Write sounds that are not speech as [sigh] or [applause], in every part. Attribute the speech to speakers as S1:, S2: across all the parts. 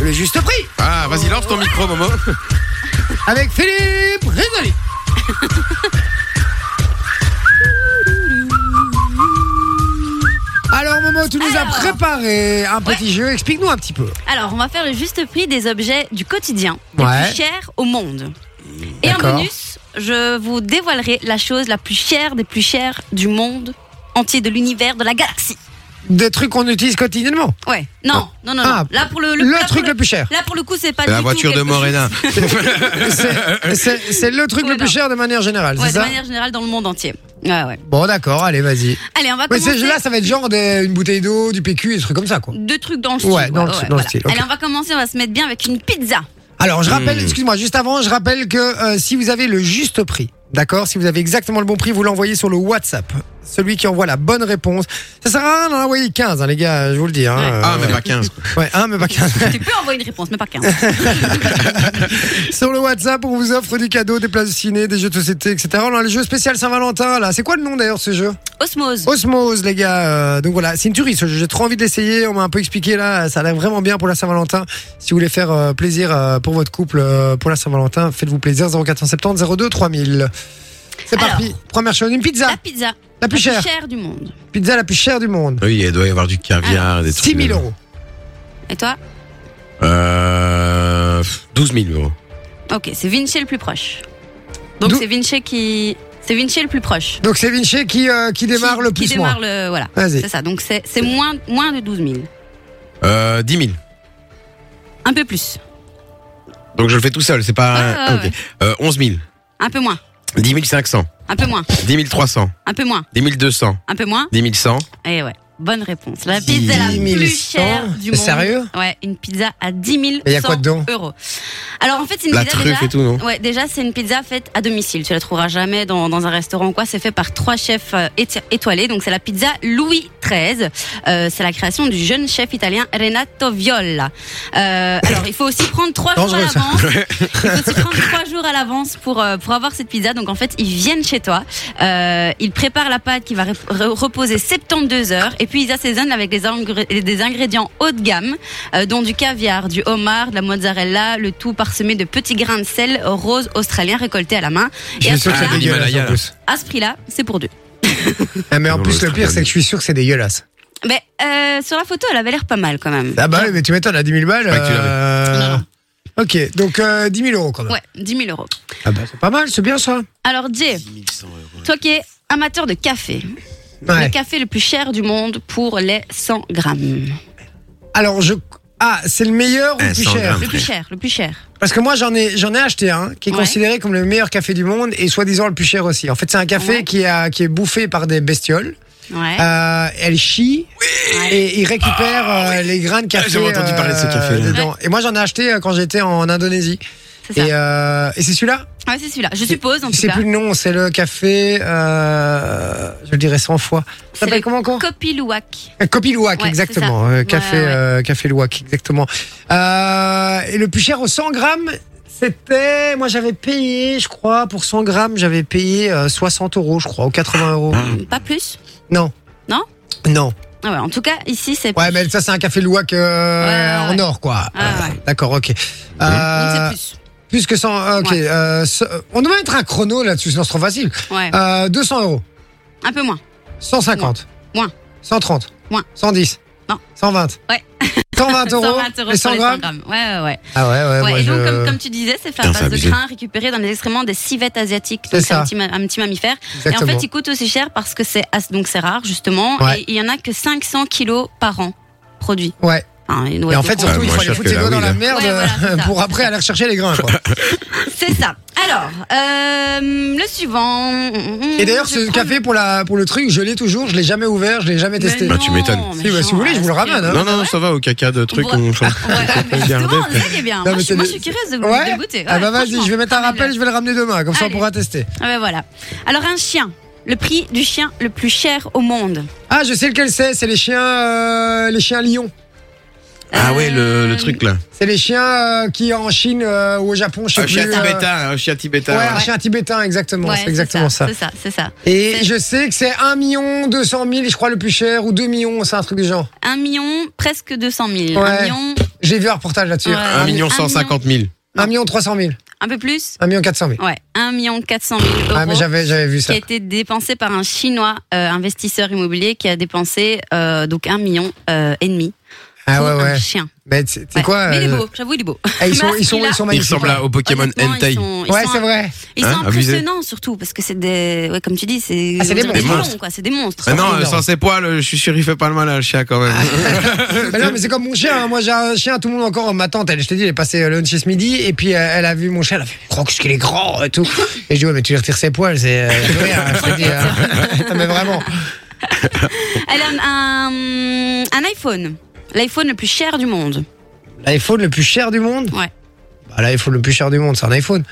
S1: le juste prix
S2: Ah, vas-y, lance ton micro, Momo.
S1: avec Philippe
S3: [laughs]
S1: Rizoli. Alors Momo, tu nous
S3: Alors.
S1: as préparé un petit jeu, explique-nous un petit peu.
S3: Alors, on va faire le juste prix des objets du quotidien les
S1: Ouais.
S3: plus chers au monde. Et en
S1: D'accord.
S3: bonus, je vous dévoilerai la chose la plus chère des plus chères du monde entier, de l'univers, de la galaxie.
S1: Des trucs qu'on utilise quotidiennement.
S3: Ouais. Non, non, non.
S1: Ah,
S3: non. Là pour le,
S1: Le,
S3: là, pour
S1: truc le... plus cher.
S3: Là pour le coup, c'est pas du
S2: La
S3: tout
S2: voiture de
S3: quelque
S2: Morena.
S3: chose- [laughs]
S1: C'est- C'est c'est le truc le
S3: Voilà.
S1: plus cher de manière générale,
S3: Ouais,
S1: c'est
S3: de
S1: ça
S3: manière Ah, générale dans le monde entier. Ouais, ouais.
S1: Bon d'accord, allez vas-y.
S3: Allez, on va
S1: Mais
S3: commencer.
S1: ces jeux-là, ça va être genre des- une bouteille d'eau, du PQ, des trucs comme ça quoi.
S3: Deux trucs dans le style.
S1: Ouais, dans le- dans le style, ok.
S3: Allez, on va commencer, on va se mettre bien avec une pizza.
S1: [laughs] Alors, je rappelle,
S2: Hmm.
S1: excuse-moi, juste avant, je rappelle que euh, si vous avez le juste prix, d'accord, si vous avez exactement le bon prix, vous l'envoyez sur le WhatsApp. Celui qui envoie la bonne réponse. Ça sert à rien d'en envoyer 15, hein, les gars, je vous le dis. Hein,
S3: Ouais.
S1: Euh,
S2: Ah, mais pas 15. quoi.
S1: ouais, un, mais pas 15.
S3: tu peux envoyer une réponse, mais pas qu'un.
S1: [laughs] sur le WhatsApp, on vous offre des cadeaux, des places de ciné, des jeux de société, etc. On a le jeu spécial Saint-Valentin, là. C'est quoi le nom d'ailleurs, ce jeu
S3: Osmose.
S1: Osmose, les gars. Euh, donc voilà, c'est une tuerie ce jeu. J'ai trop envie de l'essayer. On m'a un peu expliqué là. Ça a l'air vraiment bien pour la Saint-Valentin. Si vous voulez faire euh, plaisir euh, pour votre couple euh, pour la Saint-Valentin, faites-vous plaisir. 0470 02 3000. C'est
S3: Alors.
S1: parti. Première chose, une pizza.
S3: La pizza. La
S1: La plus chère.
S3: du monde.
S1: Pizza la plus chère du monde.
S2: Oui, il doit y avoir du caviar, des trucs.
S1: 6 000
S2: de-
S1: euros.
S3: Et toi
S2: Euh. pff, 12 000 euros.
S3: Ok, c'est Vinci le plus proche. Donc
S1: D'où-
S3: c'est Vinci qui. C'est Vinci le plus proche.
S1: Donc c'est Vinci qui, euh, qui démarre
S3: Qui-
S1: le
S3: Qui
S1: plus
S3: démarre
S1: moins.
S3: le. Voilà.
S1: Vas-y.
S3: C'est ça. Donc c'est c'est moins, moins de 12 000.
S2: Euh, 10 000.
S3: Un peu plus.
S2: Donc je le fais tout seul, c'est pas.
S3: Ouais, ouais,
S2: ok. Euh, 11 000.
S3: Un peu moins.
S2: 10 500.
S3: Un peu moins.
S2: 10 300.
S3: Un peu moins.
S2: 10 200.
S3: Un peu moins.
S2: 10 100.
S3: Et ouais. Bonne réponse. La pizza la
S1: 10
S3: plus
S1: 100.
S3: chère du
S1: C'est
S3: monde.
S1: sérieux
S3: Ouais, une pizza à 10
S1: Mais y a quoi
S3: 100
S1: dedans
S3: euros. Alors en fait, c'est une
S2: La
S3: pizza
S2: truffe
S3: déjà.
S2: et tout, non
S3: Ouais, déjà, c'est une pizza faite à domicile. Tu la trouveras jamais dans, dans un restaurant ou quoi. C'est fait par trois chefs euh, éti- étoilés. Donc, c'est la pizza Louis XIII. Euh, c'est la création du jeune chef italien Renato Viola. Euh, alors, il faut aussi prendre trois jours à
S1: Dangereux, ça.
S3: l'avance.
S1: [laughs]
S3: Il faut aussi prendre trois jours à l'avance pour, euh, pour avoir cette pizza. Donc, en fait, ils viennent chez toi. Euh, ils préparent la pâte qui va re- re- reposer 72 heures. Et puis, ils assaisonnent avec des, ingré- des ingrédients haut de gamme, euh, dont du caviar, du homard, de la mozzarella, le tout parsemé de petits grains de sel rose australien récoltés à la main.
S1: Je
S3: à
S1: suis
S3: ce
S1: sûr que
S2: Ah,
S1: c'est
S3: prix-là-
S2: des-
S1: dégueulasse
S2: l'Himalaya,
S1: en plus.
S3: à ce prix-là, c'est pour deux.
S1: Ah, mais en
S2: Non,
S1: plus,
S2: le
S1: le pire, c'est que je suis sûr que c'est dégueulasse.
S3: Mais euh, sur la photo, elle avait l'air pas mal quand même.
S1: Ah bah oui, mais tu m'étonnes, à 10 000 balles.
S2: Je croyais que tu l'avais.
S1: euh,
S3: Non, non.
S1: Ok, donc euh, 10 000 euros quand même.
S3: Ouais, 10 000 euros.
S1: Ah bah c'est pas mal, c'est bien ça.
S3: Alors Jay, toi qui es amateur de café,
S1: Ouais.
S3: le café le plus cher du monde pour les 100 grammes.
S1: Alors je ah c'est le meilleur ou le
S2: Eh,
S1: plus
S2: 100
S1: cher
S2: grammes.
S3: Le plus cher, le plus cher.
S1: parce que moi j'en ai j'en ai acheté un qui est
S3: Ouais.
S1: considéré comme le meilleur café du monde et soi-disant le plus cher aussi. En fait c'est un café
S3: Ouais.
S1: qui a qui est bouffé par des bestioles.
S3: Ouais.
S1: Euh, elle chie et il récupère
S3: Ah,
S1: euh, les grains de café. euh,
S2: j'avais entendu parler de ce café-là.
S1: dedans. Et moi j'en ai acheté euh, quand j'étais en Indonésie.
S3: C'est ça.
S1: Et, euh, et c'est celui-là
S3: Ouais, c'est celui-là. Je suppose en
S1: Je
S3: tout
S1: sais
S3: cas.
S1: plus le nom, c'est le café, euh, je le dirais 100 fois. Ça
S3: C'est
S1: s'appelle
S3: le
S1: comment encore
S3: Kopi Luwak.
S1: Un Copy Luwak,
S3: Ouais,
S1: exactement.
S3: c'est ça.
S1: Euh, café,
S3: Ouais, ouais.
S1: euh, café Luwak, exactement. Euh, et le plus cher au 100 grammes, c'était, moi j'avais payé, je crois, pour 100 grammes, j'avais payé euh, 60 euros, je crois, ou 80 euros.
S3: Pas plus.
S1: Non.
S3: Non
S1: Non.
S3: Ah ouais, en tout cas, ici, c'est
S1: Ouais, mais ça c'est un café Luwak euh,
S3: Ouais, ouais,
S1: en or, quoi.
S3: Ah, ouais.
S1: D'accord, ok. Euh,
S3: Donc, c'est
S1: plus que 100, ok.
S3: Ouais.
S1: euh, ce- on devrait mettre un chrono là-dessus, sinon c'est trop facile.
S3: plus. Ouais.
S1: Euh, 200 euros, euh,
S3: Un peu moins.
S1: 150.
S3: Moins.
S1: 130.
S3: Moins.
S1: 110.
S3: Non.
S1: 120.
S3: Ouais. [laughs]
S1: 120 euros.
S3: 120 euros
S1: et 100
S3: sur les 100
S1: grammes.
S3: grammes. Ouais, ouais, ouais.
S1: Ah ouais, ouais,
S3: Ouais,
S1: moi
S3: et donc,
S1: je-
S3: comme, comme tu disais, c'est fait à
S2: Putain, c'est
S3: base de
S2: abusé.
S3: grains récupérés dans les excréments des civettes asiatiques.
S1: C'est
S3: Donc, c'est un
S1: ça.
S3: petit, ma- un petit mammifère.
S1: Exactement.
S3: Et en fait, il coûte aussi cher parce que c'est as- donc c'est rare, justement.
S1: Ouais.
S3: Et il y en a que 500 kilos par an produits.
S1: Ouais.
S3: Enfin, une- ouais,
S1: Et en
S3: donc
S1: fait,
S3: on-
S1: surtout,
S2: Ouais,
S1: il
S2: moins
S1: faut aller
S2: cher
S1: foutre
S2: que
S1: les
S2: la
S1: doigts dans
S2: weed.
S1: la merde
S3: Ouais, voilà, c'est
S1: euh,
S3: ça.
S1: pour après aller rechercher les grains. Quoi.
S3: [laughs] c'est ça. Alors, euh, le suivant.
S1: Et d'ailleurs,
S3: Je
S1: ce
S3: prends-
S1: café pour, la, pour le truc, je l'ai toujours, je l'ai jamais ouvert, je l'ai jamais
S3: Mais
S1: testé.
S2: Bah, tu
S3: non,
S2: m'étonnes.
S3: mais
S1: Si, bah, si
S3: non,
S1: vous voulez, je vous le
S3: reste
S1: ramène, hein.
S3: que-
S2: Non, non, non, ça va, au caca de trucs,
S3: On
S2: on change.
S1: [laughs]
S3: Ouais, mais justement,
S2: Regardez.
S3: c'est ça qui est bien.
S1: mais
S3: moi, je,
S1: c'est
S3: moi, je
S1: bien.
S3: suis curieuse de,
S1: Ouais.
S3: de goûter.
S1: ah
S3: Ouais,
S1: bah vas-y,
S3: franchement,
S1: je vais mettre un rappel, je vais le ramener demain, comme ça on
S3: Allez.
S1: pourra tester.
S3: Ah ouais, voilà. Alors, un chien. Le prix du chien le plus cher au monde.
S1: Ah, je sais lequel c'est, c'est les chiens, euh, les chiens lions.
S2: Ah ouais, le, le
S3: Euh,
S2: truc là.
S1: C'est les chiens euh, qui en Chine euh, ou au Japon, je sais
S2: Un
S1: plus.
S2: chien
S1: euh,
S2: tibétain, un chien
S1: ouais,
S2: tibétain.
S1: un chien tibétain, exactement.
S3: ouais,
S1: c'est exactement ça.
S3: C'est ça, c'est ça.
S1: Et
S3: C'est-
S1: je sais que c'est 1 million 200 000, je crois, le plus cher, ou 2 millions, c'est un truc du genre.
S3: 1 million, presque 200 000.
S1: Ouais.
S3: 1 million,
S1: J'ai vu un reportage là-dessus.
S3: Ouais.
S2: 1 million 150 000.
S1: 1 million 300 000,
S3: un peu plus
S1: 1 million 400 000.
S3: Ouais, 1 million 400 000 euros.
S1: Ah, mais j'avais, j'avais vu
S3: qui
S1: ça.
S3: a été dépensé par un chinois euh, investisseur immobilier qui a dépensé euh, donc un million euh, et demi
S1: Ah
S3: pour
S1: ouais,
S3: un
S1: ouais.
S3: chien.
S1: Mais c'est c'est
S3: Ouais.
S1: quoi
S3: Mais il est
S1: euh,
S3: beau, j'avoue, il est beau.
S1: eh, ils,
S3: [laughs]
S1: sont,
S3: Masque,
S1: ils, sont,
S3: il a-
S1: ils sont
S2: Il
S1: magnifiques. hein.
S2: ressemble à- au Pokémon
S3: Honnêtement,
S2: Entei.
S3: ils sont, ils
S1: Ouais,
S3: sont-
S1: c'est
S2: [laughs]
S1: vrai.
S3: ils
S2: Hein,
S3: sont
S2: abusé.
S3: impressionnants surtout parce que c'est des, ouais, comme tu dis, c'est
S1: Ah, c'est des
S3: on dirait
S2: monstres.
S3: lions, quoi, c'est des monstres.
S2: Mais non,
S1: énorme.
S2: euh, sans ses poils, je suis sûr, il fait pas le mal à le chien quand même. [laughs]
S1: Mais non, mais c'est comme mon chien. hein. Moi, j'ai un chien, tout le monde encore. Ma tante, elle, je t'ai dit, elle est passée euh, le lunch ce midi, et puis euh, elle a vu mon chien, elle a fait Croque, qu'est-ce qu'il est grand et
S3: [laughs]
S1: tout. Et je dis, ouais, mais tu lui retires ses poils, c'est. euh, rien, hein, je te dis,
S3: [laughs]
S1: hein. [laughs] Non, mais vraiment.
S3: Elle a un, un iPhone, l'iPhone le plus cher du monde.
S1: L'iPhone le plus cher du monde
S3: Ouais.
S1: Bah, L'iPhone le plus cher du monde, c'est un iPhone.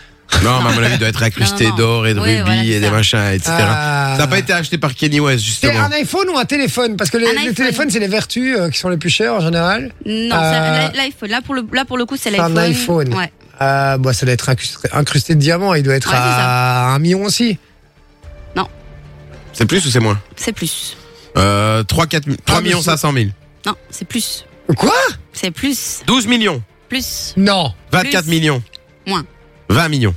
S2: non, mais à mon avis, il doit être incrusté
S3: Non, non, non.
S2: d'or et de
S3: Oui,
S2: rubis
S3: voilà,
S2: et
S3: c'est
S2: des
S3: ça.
S2: machins, etc.
S1: Ah.
S2: Ça n'a pas été acheté par Kenny West,
S1: C'est
S2: justement.
S1: un iPhone ou un téléphone Parce que les,
S3: Un
S1: les
S3: iPhone.
S1: téléphones, c'est les vertus euh, qui sont les plus chères en général.
S3: Non,
S1: Euh,
S3: c'est l'iPhone. Là pour le, là pour le coup, c'est
S1: c'est un
S3: l'iPhone.
S1: iPhone.
S3: Ouais.
S1: Euh, bah, ça doit être incrusté, incrusté de diamants, il doit être
S3: Ouais, c'est
S1: à un million aussi.
S2: C'est plus ou c'est moins
S3: C'est plus.
S2: euh, 3, 4, 3 millions 500 000.
S3: Non, c'est plus.
S1: Quoi
S3: C'est plus.
S2: 12 millions.
S3: Plus.
S1: Non.
S2: 24
S3: Plus.
S2: millions.
S3: Moins.
S2: 20 millions.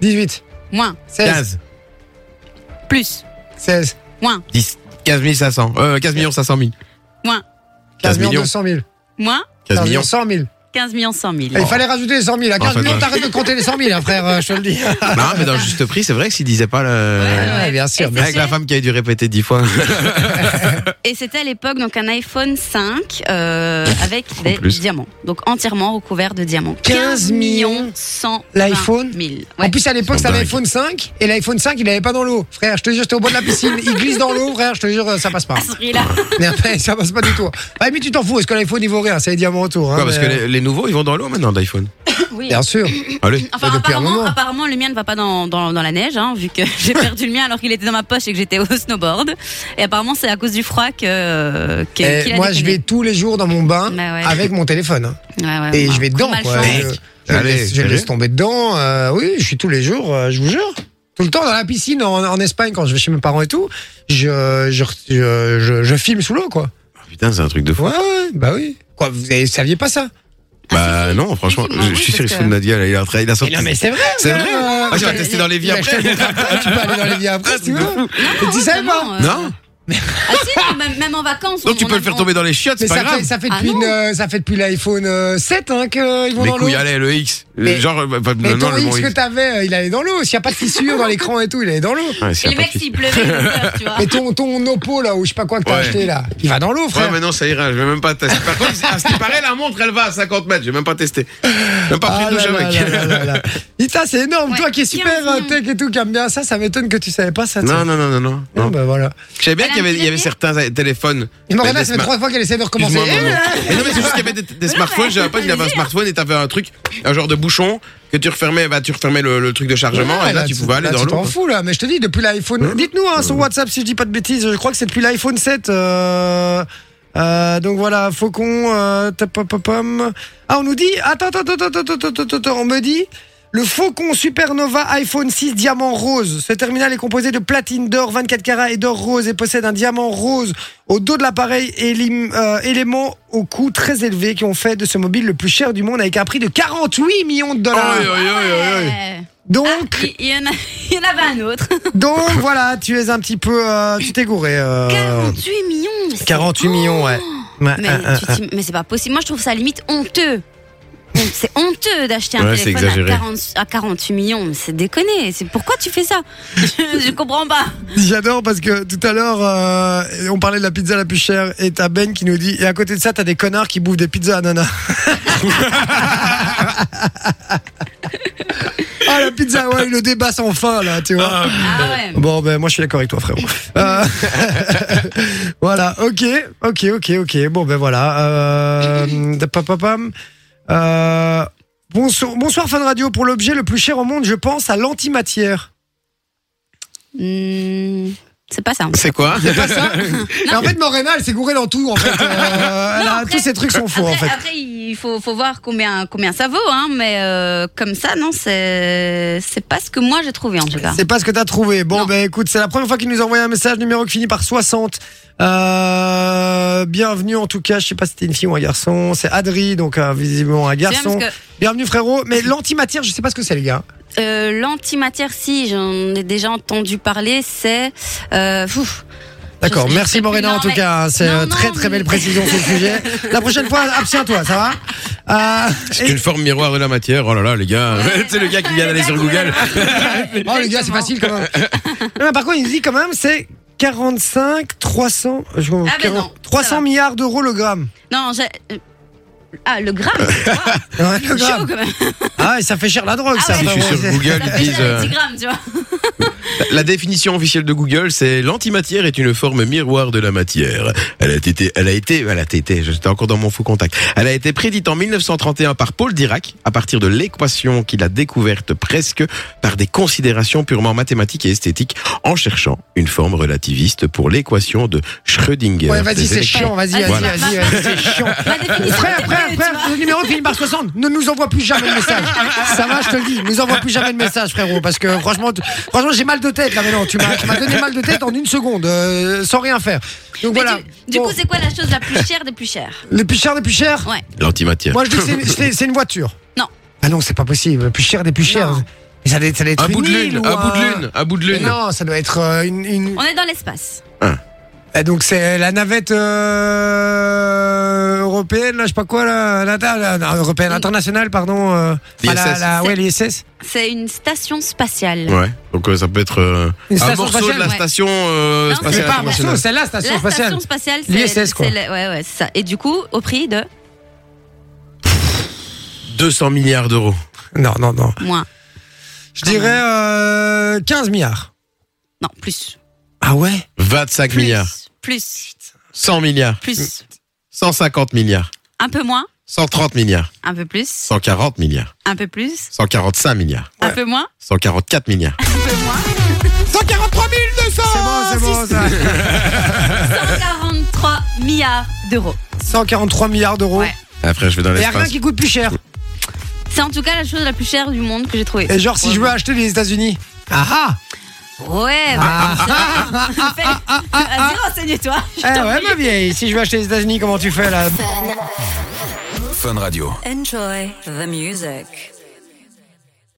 S1: 18,
S3: Moins.
S1: 16,
S2: 15.
S3: Plus.
S1: 16,
S2: 10. 15 500. Euh, 15 millions 500 000.
S3: Moins.
S1: 15
S2: 15
S1: millions
S2: millions.
S1: 200 000.
S3: Moins.
S2: 15 millions.
S1: 100 000.
S3: 15 millions 100 000.
S1: Il fallait rajouter les 100 000. À 15
S2: fait,
S1: millions,
S2: ouais.
S1: t'arrêtes de compter les 100 000, hein, frère, euh, je te le
S2: [laughs]
S1: dis.
S2: non, mais dans le juste prix, c'est vrai que s'il disait pas le.
S1: ouais, bien sûr,
S3: Et
S1: bien
S2: Avec
S3: c'était-
S2: la femme qui avait dû répéter 10
S3: Ah,
S2: fois.
S3: Et c'était à l'époque donc un iPhone 5
S2: [laughs]
S3: euh, avec
S2: En
S3: des
S2: plus.
S3: diamants. Donc entièrement recouvert de diamants.
S1: 15 millions
S3: 100
S1: L'iPhone
S3: 000. Ouais.
S1: En plus, à l'époque,
S2: Ils sont
S1: c'était
S2: dingues.
S1: l'iPhone 5. Et l'iPhone 5, il n'allait pas dans l'eau. Frère, je te jure, j'étais au bord de la piscine. Il glisse dans l'eau, frère, je te jure, ça passe pas.
S3: [laughs] À ce prix-là.
S1: Merde, ça passe pas du tout. Bah, mais tu t'en fous, parce que l'iPhone, il vaut rien. C'est les diamants autour. hein,
S2: Quoi, parce que
S1: mais-
S2: les, les nouveaux, ils vont dans l'eau maintenant d'iPhone.
S3: Oui.
S1: Bien sûr.
S2: Allez.
S3: Enfin,
S1: Bah, depuis un
S3: apparemment,
S1: moment.
S3: apparemment, le mien ne va pas dans, dans, dans la neige, hein, vu que [laughs] j'ai perdu le mien alors qu'il était dans ma poche et que j'étais au snowboard. Et apparemment, c'est à cause du froid que. euh, que-
S1: Eh,
S3: qu'il a
S1: moi, je
S3: déconné.
S1: vais tous les jours dans mon bain
S3: Bah ouais.
S1: avec mon téléphone. hein.
S3: Ouais, ouais,
S1: Et
S3: ouais.
S1: je vais
S3: Coup de
S1: dedans,
S3: malchance.
S1: quoi.
S2: Mec,
S1: Je, je le
S2: allez,
S1: laisse, je le
S2: sérieux
S1: laisse tomber dedans. euh, oui, je suis tous les jours, euh, je vous jure. Tout le temps dans la piscine en, en Espagne, quand je vais chez mes parents et tout, je, je, je, je- je filme sous l'eau, quoi.
S2: Ah, Putain, c'est un truc de fou.
S1: Ouais, ouais, bah oui. Quoi, vous avez- saviez pas ça
S2: Bah non, franchement,
S3: Ah, si, si,
S2: je,
S3: oui,
S2: je suis sûr
S3: parce
S2: qu'il se fout de
S3: que-
S2: notre gueule. Il est en train- il a sorti.
S1: c'est vrai
S2: C'est vrai
S1: euh,
S2: Ah, tu vas
S1: euh,
S2: tester dans les vies
S1: il a
S2: après. Ah,
S1: acheté mon contrat, Tu peux aller dans les vies après, si tu veux. Mais tu savais pas
S3: Vraiment, euh,
S2: Non
S3: Ah si, même, même en vacances.
S2: Donc tu
S3: on-
S2: peux
S3: on-
S2: le faire tomber dans les chiottes,
S1: Mais
S2: c'est pas
S1: ça fait,
S2: grave.
S1: ça fait
S3: Ah
S1: depuis,
S3: non.
S1: une, euh, ça fait depuis l'iPhone euh, 7 hein, qu'ils vont
S2: Les
S1: dans l'eau.
S2: couilles, allez, le X.
S1: Mais-
S2: Genre, bah, bah,
S1: Mais
S2: non,
S1: ton
S2: le
S1: X
S2: bon
S1: que
S2: X.
S1: t'avais, euh, il allait dans l'eau. S'il n'y a pas de fissure dans l'écran et tout, il allait dans l'eau.
S2: Ah Ouais,
S3: Et
S2: c'est
S3: le
S2: un
S3: mec,
S2: parti.
S3: s'il pleuvait, il le
S2: [laughs]
S3: perd, tu vois.
S1: Et ton, ton Oppo, là, ou je sais pas quoi que t'as
S2: Ouais.
S1: acheté, là, il va dans l'eau, frère.
S2: Ouais, mais non, ça ira, je vais même pas tester. Par contre, à ce qui paraît, la montre, elle va à 50 mètres, j'ai même pas testé. Même pas pris
S1: Ah
S2: de douche
S1: là là là
S2: avec.
S1: là là là. Ita, c'est énorme.
S3: Ouais,
S1: Toi qui es
S3: 15
S1: super euh,
S3: millions.
S1: tech et tout, qui aime bien ça, ça m'étonne que tu savais pas ça. tiens.
S2: [laughs] Non, non, non, non, non.
S1: Ah,
S2: non.
S1: bah voilà.
S2: Je savais bien
S3: Elle a
S2: qu'il y
S3: un
S2: avait, il y avait
S3: petit
S2: certains euh, téléphones. Ben,
S1: Je me
S2: des
S1: rappelle, ça fait
S2: smart-
S1: trois fois qu'elle essaie de recommencer. Eh,
S2: Excuse-moi, maman. Mais non, mais c'est juste qu'il y avait des, des smartphones. J'ai un pote, il avait un smartphone et t'avais un truc, un genre de bouchon que tu refermais, bah, tu refermais le, le truc de chargement
S1: Ouais,
S2: et là, tu pouvais aller
S1: Ah, là,
S2: dans Euh.
S1: tu
S2: l'eau.
S1: t'en fous là, mais je te dis depuis l'iPhone. Dites-nous hein, sur WhatsApp si je dis pas de bêtises. Je crois que c'est depuis l'iPhone 7. euh, euh, donc voilà, Faucon. euh, tap, pop, pop, pom. Ah, on nous dit. Attends, attends, attends, attends, attends, attends, attends, attends, on me dit. Le Faucon Supernova iPhone 6 diamant rose. Ce terminal est composé de platine d'or 24 carats et d'or rose et possède un diamant rose au dos de l'appareil et l'im- euh, éléments au coût très élevé qui ont fait de ce mobile le plus cher du monde avec un prix de 48 millions de dollars.
S2: Oh, oui, oui, oui, oui.
S3: Ouais.
S1: Donc,
S3: Il il y, en a- [laughs] il y en avait un autre.
S1: Euh. donc voilà, tu es un petit peu. euh, tu t'es gouré. euh,
S3: 48 millions. mais c'est-
S1: 48 millions, ouais. Ouais,
S3: Oh, Mais,
S1: euh,
S3: tu
S1: euh,
S3: t'im- mais c'est pas possible. Moi, je trouve ça limite honteux. C'est honteux d'acheter un
S2: Ouais, c'est
S3: téléphone à,
S2: exagéré.
S3: 40 à 48 millions. Mais C'est déconné. C'est pourquoi tu fais ça [laughs] je, je comprends pas.
S1: J'adore parce que tout à l'heure, euh, on parlait de la pizza la plus chère et t'as Ben qui nous dit et à côté de ça, t'as des connards qui bouffent des pizzas à
S3: [laughs]
S1: nana. ah, la pizza, ouais, le débat sans fin, là, tu vois.
S3: Ah ouais.
S1: Bon, ben moi je suis d'accord avec toi,
S3: [laughs]
S1: frérot. Euh, [laughs] voilà, ok, ok, ok, ok. Bon, ben voilà. Euh, pam, pam, pam. Euh, bonsoir, bonsoir, fan radio. Pour
S3: [laughs]
S1: l'objet le plus cher au monde, je pense à l'antimatière.
S3: Hmm, C'est pas ça.
S2: C'est quoi
S1: Mais en fait, Morena, elle s'est gourée dans tout. En fait, Euh, elle a-
S3: après-
S1: tous ces trucs sont faux.
S3: Après,
S1: En fait.
S3: après, il faut, faut voir combien, combien ça vaut, hein, mais euh, comme ça, non, c'est c'est pas ce que moi j'ai trouvé en tout cas.
S1: C'est pas ce que t'as trouvé. Bon,
S3: Non.
S1: ben écoute, c'est la première fois qu'il nous envoie un message numéro qui finit par 60. Euh, bienvenue en tout cas, je sais pas si c'était une fille ou un garçon. C'est Adri, donc euh, visiblement un
S3: C'est bien
S1: garçon.
S3: parce
S1: Bienvenue frérot. Mais l'antimatière, je sais pas ce que c'est les gars.
S3: que euh, l'antimatière, si j'en ai déjà entendu parler, c'est. Euh, ouf,
S1: D'accord,
S3: Je- je
S1: merci
S3: sais plus,
S1: Morena en
S3: non,
S1: tout
S3: mais-
S1: cas. hein, C'est
S3: Non,
S1: euh,
S3: non,
S1: très très
S3: mais-
S1: belle précision sur le sujet. La prochaine fois, abstiens-toi, ça va Euh,
S2: C'est une forme miroir de la matière. Oh là là, les gars. [laughs] C'est le gars qui vient d'aller sur Google.
S1: Oh les gars, c'est facile quand même. Non, mais par contre, il dit quand même, c'est 45, 300, je-
S3: ben
S1: 40,
S3: non, ça
S1: 300
S3: va.
S1: milliards d'euros le gramme.
S3: [laughs] non, j'ai. euh, Ah, le gramme Waouh,
S1: Ouais, le
S3: Chaud
S1: gramme.
S3: quand même
S1: Ah, et ça fait cher la drogue,
S3: Ah
S1: ça.
S2: Si
S3: ouais.
S2: je suis
S1: Enfin,
S2: sur
S1: bon,
S2: Google,
S3: Ça
S2: ils
S3: fait
S2: disent.
S3: déjà
S2: euh,
S3: les 10 grammes, tu vois.
S2: La définition officielle de Google, c'est l'antimatière est une forme miroir de la matière. Elle a été, elle a été, elle a été, j'étais encore dans mon faux contact. Elle a été prédite en 1931 par Paul Dirac à partir de l'équation qu'il a découverte presque par des considérations purement mathématiques et esthétiques en cherchant une forme relativiste pour l'équation de Schrödinger.
S1: Ouais, vas-y,
S2: euh, Des
S1: c'est
S2: électrons.
S1: chiant, vas-y, vas-y,
S3: Allez,
S2: voilà.
S1: vas-y, vas-y, c'est chiant.
S3: La définition,
S1: Après,
S3: c'est
S1: après,
S3: mieux, tu vois.
S1: après, le numéro finit par 60. Ne nous envoie plus jamais de message. Ça va, je te le dis. Nous envoie plus jamais de message, frérot. Parce que franchement, tu- franchement j'ai mal de tête là maintenant. Tu m'as tu m'as donné mal de tête en une seconde, euh, sans rien faire. Donc
S3: Mais
S1: voilà.
S3: du, du
S1: Bon,
S3: coup, c'est quoi la chose la plus chère des plus chères
S1: le plus cher des plus chers
S3: Ouais.
S2: L'antimatière.
S1: Moi, je dis que c'est-
S2: [laughs]
S1: c'est- c'est une voiture.
S3: Non.
S1: Ah non, c'est pas possible. Le plus cher des plus chers.
S3: Non.
S1: Mais ça doit être, ça doit être
S2: Un
S1: une
S2: bout de
S1: île
S2: lune,
S1: ou
S2: un bout de
S1: un-
S2: lune, un bout de
S1: Mais
S2: lune.
S1: non, ça doit être euh, une. une-
S3: On est dans l'espace.
S1: Eh, Donc c'est la navette euh, européenne, là, je sais pas quoi, là, la- la- la- européenne,
S3: Oui.
S1: internationale, pardon. euh,
S2: L'ISS.
S1: enfin, la- la- ouais, l'ISS.
S3: C'est une station spatiale.
S2: Ouais. Donc euh, ça peut être euh,
S1: Une
S2: un
S1: station
S2: morceau de
S1: spatiale,
S2: la
S3: ouais.
S2: station euh,
S3: Non, c'est
S1: C'est
S2: spatiale
S1: pas un
S2: internationale.
S1: morceau, c'est la station
S3: La
S1: spatiale.
S3: station spatiale,
S1: L'ISS,
S3: c'est
S1: quoi.
S3: c'est le- ouais, ouais, c'est ça. Et du coup, au prix de
S2: 200 milliards d'euros.
S1: Non, non, non.
S3: moins.
S1: Je dirais euh, 15 milliards.
S3: Non, plus.
S1: Ah ouais
S2: 25
S3: Plus.
S2: milliards.
S3: Plus.
S2: 100 milliards.
S3: Plus.
S2: 150 milliards.
S3: Un peu moins.
S2: 130 milliards,
S3: Un peu plus.
S2: 140 milliards,
S3: Un peu plus.
S2: 145 milliards,
S3: Un peu moins.
S2: 144 milliards.
S3: Un peu moins.
S1: 143 200 C'est bon, c'est bon, ça.
S3: 143 milliards d'euros.
S1: 143 milliards d'euros.
S3: Ouais.
S2: Après, je vais
S1: Il
S2: dans
S1: y a rien
S2: l'espace.
S1: qui coûte plus cher.
S3: C'est en tout cas la chose la plus chère du monde que j'ai trouvée.
S1: Et genre, si je veux acheter les États-Unis. Ah ah
S3: Ouais, bah, [laughs] fais- Vas-y, renseigne-toi. Je
S1: Eh
S3: t'en
S1: ouais,
S3: prie.
S1: ma vieille, si je veux acheter les États-Unis, comment tu fais là
S4: Fun Radio.
S5: Enjoy the music.